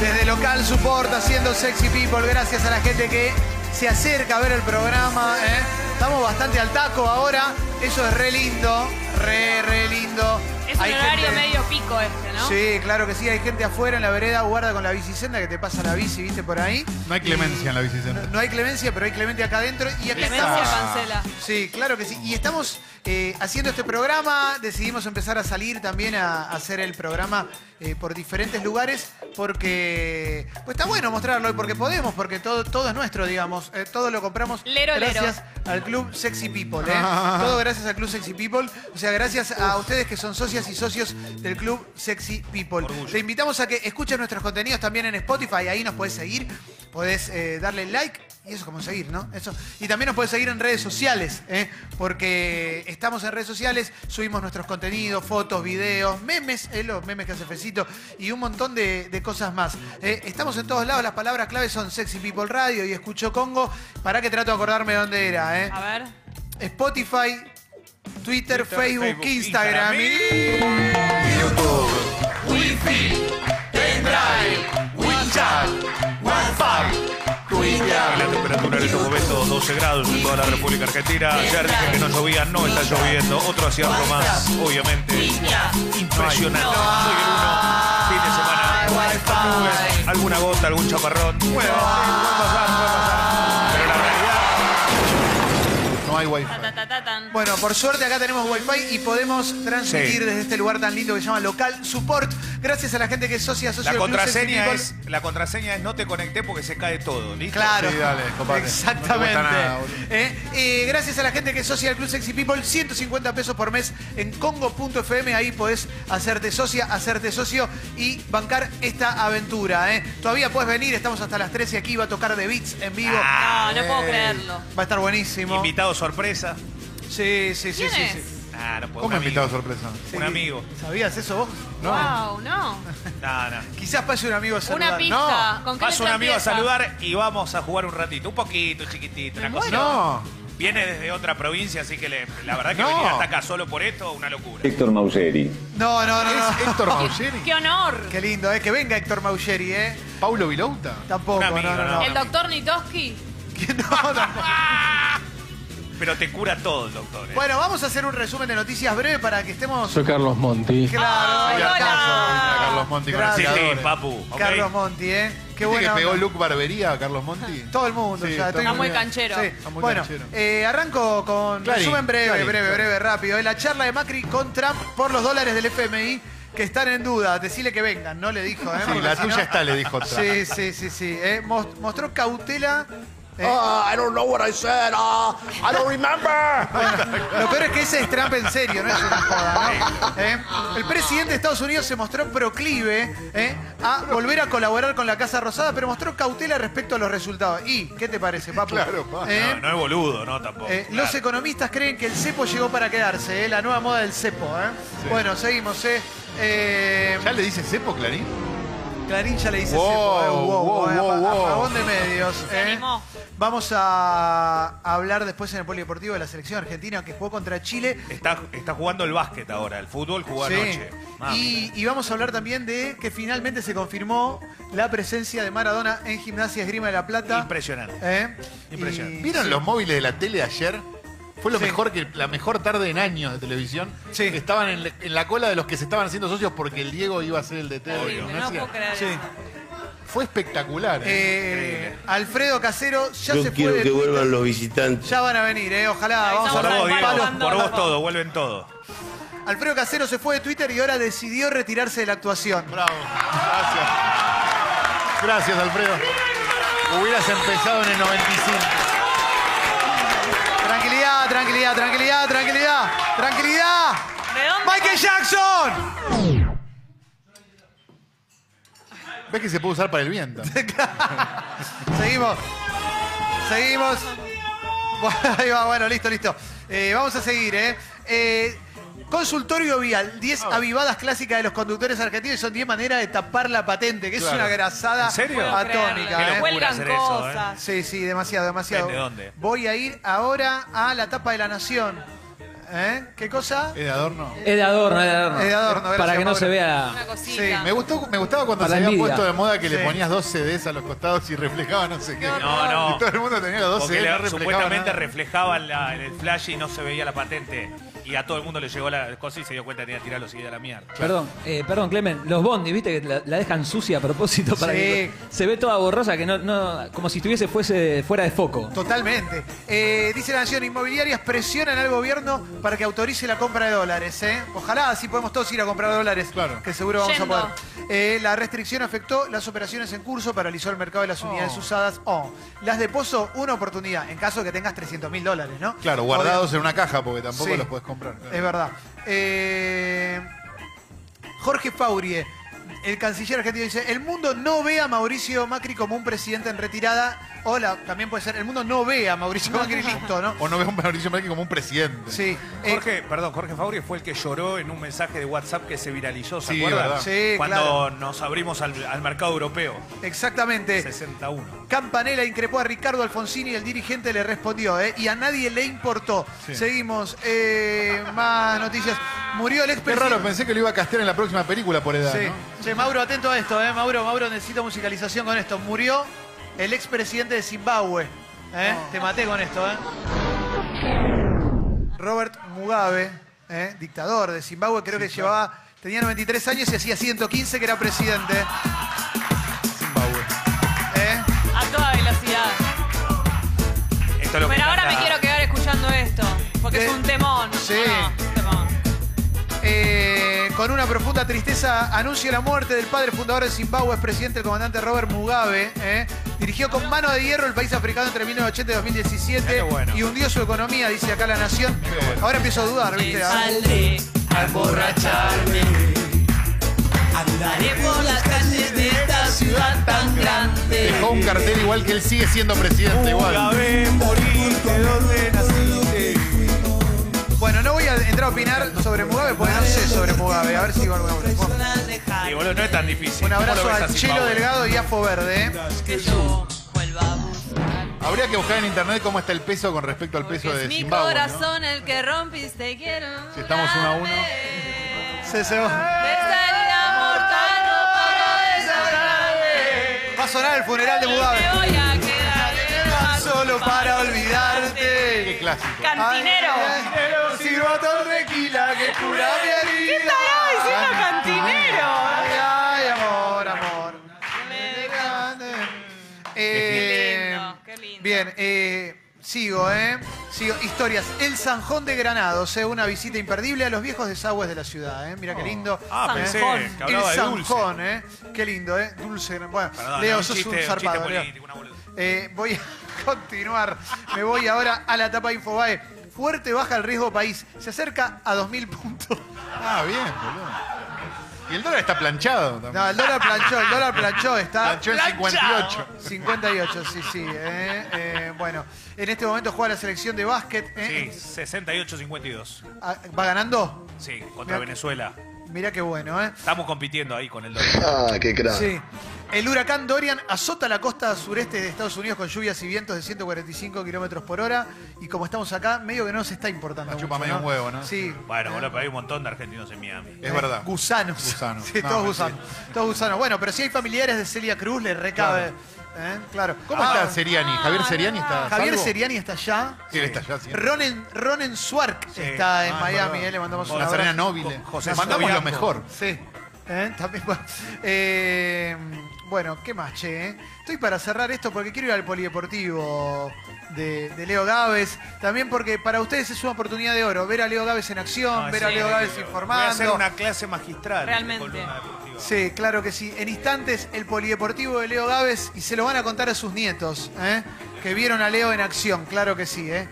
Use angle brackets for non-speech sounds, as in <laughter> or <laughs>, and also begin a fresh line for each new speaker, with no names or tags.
Desde local support haciendo sexy people, gracias a la gente que se acerca a ver el programa. ¿eh? Estamos bastante al taco ahora, eso es re lindo, re, re lindo.
Es un
Hay
horario
gente-
medio pico este, ¿no?
Sí, claro que sí, hay gente afuera en la vereda, guarda con la bicicenda que te pasa la bici, viste por ahí.
No hay clemencia en la
No,
bicicleta.
no hay clemencia, pero hay clemente acá adentro y aquí
Clemencia
estamos.
cancela.
Sí, claro que sí. Y estamos eh, haciendo este programa, decidimos empezar a salir también a, a hacer el programa eh, por diferentes lugares porque pues está bueno mostrarlo y porque podemos, porque todo, todo es nuestro, digamos. Eh, todo lo compramos
Lero, lero.
gracias al Club Sexy People. ¿eh?
Ah.
Todo gracias al Club Sexy People. O sea, gracias a ustedes que son socias y socios del Club Sexy People. Te invitamos a que escuches nuestros contenidos también en Spotify. Ahí nos podés seguir, podés eh, darle like. Y eso es como seguir, ¿no? Eso. Y también nos podés seguir en redes sociales, ¿eh? porque estamos en redes sociales, subimos nuestros contenidos, fotos, videos, memes, eh, los memes que hace Fecito, y un montón de, de cosas más. Eh, estamos en todos lados, las palabras clave son Sexy People Radio y Escucho Congo. Para que trato de acordarme dónde era, ¿eh?
A ver.
Spotify, Twitter, Facebook, Instagram, y
Y La temperatura en
este
estos momentos 12 grados en toda la República Argentina. Ayer dije que no llovía, no está lloviendo. Otro acierto más, obviamente. Impresionante. Soy el uno. Fin de semana. Nubes, Alguna gota, algún chaparrón. Bueno, puede pasar, puede pasar. Pero la realidad,
No hay wifi.
Ta, ta, ta, ta, tan.
Bueno, por suerte acá tenemos wifi y podemos transmitir
Sí.
desde este lugar tan lindo que se llama Local Support. Gracias a la gente que es socia, socio
la
del Club
contraseña
Sexy
es la contraseña es no te conecté porque se cae todo,
People.
¿listo?
Claro,
Sí, dale, compadre.
exactamente.
No te cuesta nada, boludo.
¿Eh? Eh, gracias a la gente que es socia del Club Sexy People, 150 pesos por mes en congo.fm. Ahí podés hacerte socia, hacerte socio y bancar esta aventura. ¿eh? Todavía podés venir, estamos hasta las 13 aquí, va a tocar The Beats en vivo.
No,
Ah,
no puedo
Ey.
creerlo.
Va a estar buenísimo.
Invitado sorpresa.
Sí, sí, sí,
¿Quién
sí,
es?
sí.
Ah, no puedo.
¿Cómo
un amigo.
invitado sorpresa?
Un amigo.
¿Sabías eso vos? Ah.
Wow, no.
No, no.
Quizás pase un amigo a saludar.
Una pista. ¿Con qué
Vas un
letra
amigo a
empieza?
saludar y vamos a jugar un ratito, un poquito, chiquitito, una
Me
cosita.
No.
Viene desde otra provincia, así que le- la verdad que
No.
venir hasta acá solo por esto, una locura.
Héctor Mauseri.
No, no, no. no.
¿Es Héctor Maugeri?
¡Qué honor!
Qué lindo, ¿eh? Que venga Héctor Maugeri, ¿eh?
¿Paulo Vilouta?
Tampoco,
Un amigo,
no, no, no.
no.
El doctor Nitoski.
<laughs> Que no, tampoco.
Pero te cura todo el doctor. ¿eh?
Bueno, vamos a hacer un resumen de noticias breve para que estemos...
Soy Carlos Monti.
Claro,
Ay,
no,
hola.
A Carlos Monti con
Gracias.
sí,
el
sí, papu. ¿ok?
Carlos Monti, ¿eh? Qué
¿Viste que
bueno.
pegó Luke Barbería a Carlos Monti?
Todo el mundo
Sí,
ya. estoy-
todo el
Está muy
mundo.
canchero.
Sí.
Está muy
Bueno,
canchero.
eh, arranco con
Clarín,
resumen breve,
clarín,
breve,
clarín.
breve, rápido. Eh, La charla de Macri con Trump por los dólares del FMI que están en duda. Decile que vengan, no le dijo, ¿eh?
Sí,
Porque
la
si no-
tuya está, le dijo otra.
Sí, sí, sí, sí. eh. Mos- mostró cautela. eh.
Uh, I don't know what I said. Uh, I don't remember.
Lo peor es que ese es Trump en serio, no es una joda, ¿no? ¿Eh? El presidente de Estados Unidos se mostró proclive ¿eh? a volver a colaborar con la Casa Rosada, pero mostró cautela respecto a los resultados. ¿Y qué te parece, papu?
Claro, pa.
¿Eh?
No, no es boludo, no tampoco.
Eh,
Claro.
Los economistas creen que el cepo llegó para quedarse, ¿eh? la nueva moda del cepo. ¿eh? Bueno, seguimos. ¿eh? Eh,
¿Ya le dice Cepo, Clarín?
Clarín ya le dice
Wow,
cepo. ¿eh?
wow,
¿eh?
wow,
A-
wow.
apagón de medios.
Se
¿eh?
animó.
Vamos a hablar después en el polideportivo de la selección argentina que jugó contra Chile.
Está, está jugando el básquet ahora, el fútbol jugó
Sí.
anoche. Mami.
Y, y vamos a hablar también de que finalmente se confirmó la presencia de Maradona en Gimnasia Esgrima de la Plata.
Impresionante.
¿Eh?
Impresionante.
Y-
¿Vieron los móviles de la tele ayer? Fue lo
Sí.
mejor que la mejor tarde en años de televisión.
Sí.
Estaban en, la- en la cola de los que se estaban haciendo socios porque el Diego iba a ser el DT de
Terrible, no
Gimnasia.
puedo creer
Sí.
eso.
Fue espectacular. ¿eh?
Eh, Alfredo Casero ya se
Yo
fue.
quiero
de
que
Twitter.
vuelvan los visitantes.
Ya van a venir, ¿eh? ojalá.
Ahí
Vamos a
por
hablar
estamos
vos,
con
al
Diego,
palo.
Pablo.
por vos
Vamos.
todo, vuelven todo.
Alfredo Casero se fue de Twitter y ahora decidió retirarse de la actuación.
Bravo. Gracias. Gracias, Alfredo. Hubieras empezado en el 95.
Tranquilidad, tranquilidad, tranquilidad, tranquilidad, tranquilidad.
¿De dónde?
Michael Jackson.
¿Ves que se puede usar para el viento?
Seguimos. Seguimos. Bueno, ahí va, bueno, listo, listo. Eh, vamos a seguir, ¿eh? Eh, Consultorio Vial, 10 avivadas clásicas de los conductores argentinos y son 10 maneras de tapar la patente, que es
Claro.
una grasada
¿En serio?
Puedo creerlo.
Qué
atómica. ¿eh?
locura
Cuelgan
hacer eso,
cosas.
Sí, sí, demasiado, demasiado.
Depende dónde.
Voy a ir ahora a la tapa de la nación. ¿Eh? ¿Qué cosa?
¿Es de adorno?
Es de adorno, es de adorno.
Es de adorno,
Para
gracias,
que no
Mauro.
se vea.
Una cosita.
eh. Sí,
Me, gustó, me gustaba cuando
Para
se había
envidia.
puesto de moda que
Sí.
le ponías dos CDs a los costados y reflejaba no sé qué.
No, no.
Y todo el mundo tenía los dos
Porque
CDs.
le-
no reflejaba
supuestamente
nada.
reflejaban la- en el flash y no se veía la patente. Y a todo el mundo le llegó la cosa y se dio cuenta que tenía que tirar los CDs a la mierda.
Perdón, eh, perdón, Clemen, los bondis, viste que la, la dejan sucia a propósito para
Sí.
que se ve toda borrosa, que no, no, como si estuviese fuese fuera de foco.
totalmente. Eh, dice la Nación, inmobiliarias presionan al gobierno para que autorice la compra de dólares. ¿eh? Ojalá así podemos todos ir a comprar dólares,
Claro.
que seguro vamos
Yendo.
a poder. Eh, la restricción afectó las operaciones en curso, paralizó el mercado de las unidades usadas. Oh. Las de pozo, una oportunidad, en caso de que tengas 300 mil dólares, ¿no?
Claro,
Obvio-
guardados en una caja porque tampoco
Sí.
los podés comprar.
Es verdad. Eh, Jorge Faurie, el canciller argentino, dice: El mundo no ve a Mauricio Macri como un presidente en retirada. Hola, también puede ser. El mundo no ve a
<laughs>
Mauricio Macri, listo, ¿no?
O no ves a un Mauricio Macri como un presidente.
Sí. Eh,
Jorge, perdón, Jorge Fabri fue el que lloró en un mensaje de WhatsApp que se viralizó, ¿se
Sí,
acuerdan?
verdad.
Sí,
Cuando
claro.
nos abrimos al, al mercado europeo,
exactamente.
61.
Campanella increpó a Ricardo Alfonsini y el dirigente le respondió, ¿eh? Y a nadie le importó.
Sí.
Seguimos. Eh, más noticias. Murió el ex
Qué raro, pensé que lo iba a castear en la próxima película por edad,
Sí.
¿no?
Che, Mauro, atento a esto, ¿eh? Mauro, Mauro, necesito musicalización con esto. Murió el expresidente de Zimbabue. ¿eh? Te maté con esto, ¿eh? Robert Mugabe, ¿eh? dictador de Zimbabue, creo que llevaba... Tenía 93 años y hacía 115 que era presidente.
Zimbabue.
¿eh?
A toda velocidad.
Esto es lo que
Pero ahora me
encanta.
quiero quedar escuchando esto. Porque
Eh,
es un temón.
sí.
No, no, un temón.
Eh, con una profunda tristeza anuncia la muerte del padre fundador de Zimbabue, presidente el comandante Robert Mugabe. ¿eh? Dirigió con mano de hierro el país africano entre 1980 y 2017
Qué bueno.
y hundió su economía, dice acá la nación. Ahora empiezo a dudar, ¿viste?
Saldré a emborracharme. Andaré por las calles de esta ciudad tan grande.
Dejó un cartel igual que él sigue siendo
Uh,
presidente, igual.
Mugabe, moriste, ¿dónde naciste?
Bueno, no voy a entrar a opinar sobre Mugabe, porque no sé sobre Mugabe. A ver si bueno, bueno, bueno.
Y boludo, no es tan difícil.
Un
¿Cómo lo
abrazo
ves
al
a
Chelo
Zimbabue?
Delgado y Afo Verde. ¿eh?
Que yo vuelva a buscar.
Habría que buscar en internet cómo está el peso con respecto al peso
Porque
de
es mi
Zimbabue. ¿no?
corazón el que rompiste, quiero.
Si estamos uno a uno.
burlarme.
Se se va.
Besaría mortal no para desatarme.
Va a sonar el funeral de
Y
Mugabe.
me voy a quedar en el bar
Solo para olvidarte.
Qué clásico.
Cantinero.
Cantinero, silbato de tequila que cura mi herida. ¿Qué
Estaba diciendo cantinero.
Ay, ay, amor, amor. Eh,
Qué lindo, qué lindo.
Bien, eh, sigo, ¿eh? Sigo. Historias. El Sanjón de Granados, ¿eh? Una visita imperdible a los viejos desagües de la ciudad, ¿eh? Mira qué lindo.
Ah,
¿eh?
pensé que
El
hablaba de dulce.
Sanjón, ¿eh? Qué lindo, ¿eh? Dulce. Bueno,
Perdón,
Leo,
un
sos
chiste-
un
chiste
zarpado. Leo.
político, una boludez.
Eh, voy a <laughs> continuar. Me voy ahora a la etapa de Infobae. Fuerte baja el riesgo país. Se acerca a 2.000 puntos.
Ah, bien, boludo. Y el dólar está planchado también.
No, el dólar planchó, el dólar planchó. Está
Planchó en 58.
58, sí, sí. eh, eh, bueno, en este momento juega la selección de básquet. eh.
Sí, 68-52.
Ah, ¿Va ganando?
Sí, contra
Mirá.
Venezuela.
Mirá qué bueno, ¿eh?
Estamos compitiendo ahí con el dólar.
Ah, qué crack.
Sí. El huracán Dorian azota la costa sureste de Estados Unidos con lluvias y vientos de 145 kilómetros por hora. Y como estamos acá, medio que no se está importando.
La chupa
mucho,
medio un huevo, ¿no?
Sí.
Bueno, boludo, pero hay un montón de argentinos en Miami.
Es verdad.
Gusanos.
Eh, Gusanos.
Sí,
No,
todos
mentira.
gusanos. Todos gusanos. Bueno, pero si hay familiares de Celia Cruz, les recabe. ¿Eh? Claro.
¿Cómo
Ah,
está Seriani? ¿Javier Seriani está a
Javier
salvo?
Seriani está allá.
Sí, él está allá. sí.
Ronen, Ronen Suark está en
Ah, es
Miami.
verdad.
eh, Le mandamos un
Con la Serena
abrazo.
Nobile.
José
Le mandamos lo
Bianco.
mejor.
Sí. ¿Eh? También, bueno. <laughs> Eh, bueno, ¿qué más, che? eh? Estoy para cerrar esto porque quiero ir al polideportivo de, de Leo Gávez. También porque para ustedes es una oportunidad de oro. Ver a Leo Gávez en acción,
Ah,
No,
ver
sí,
a Leo
sí,
Gávez
sí.
informando.
Voy a hacer una clase magistral. de
Realmente.
columna deportiva.
Sí, claro que sí. En instantes, el polideportivo de Leo Gávez y se lo van a contar a sus nietos, ¿eh? que vieron a Leo en acción, claro que sí. ¿eh?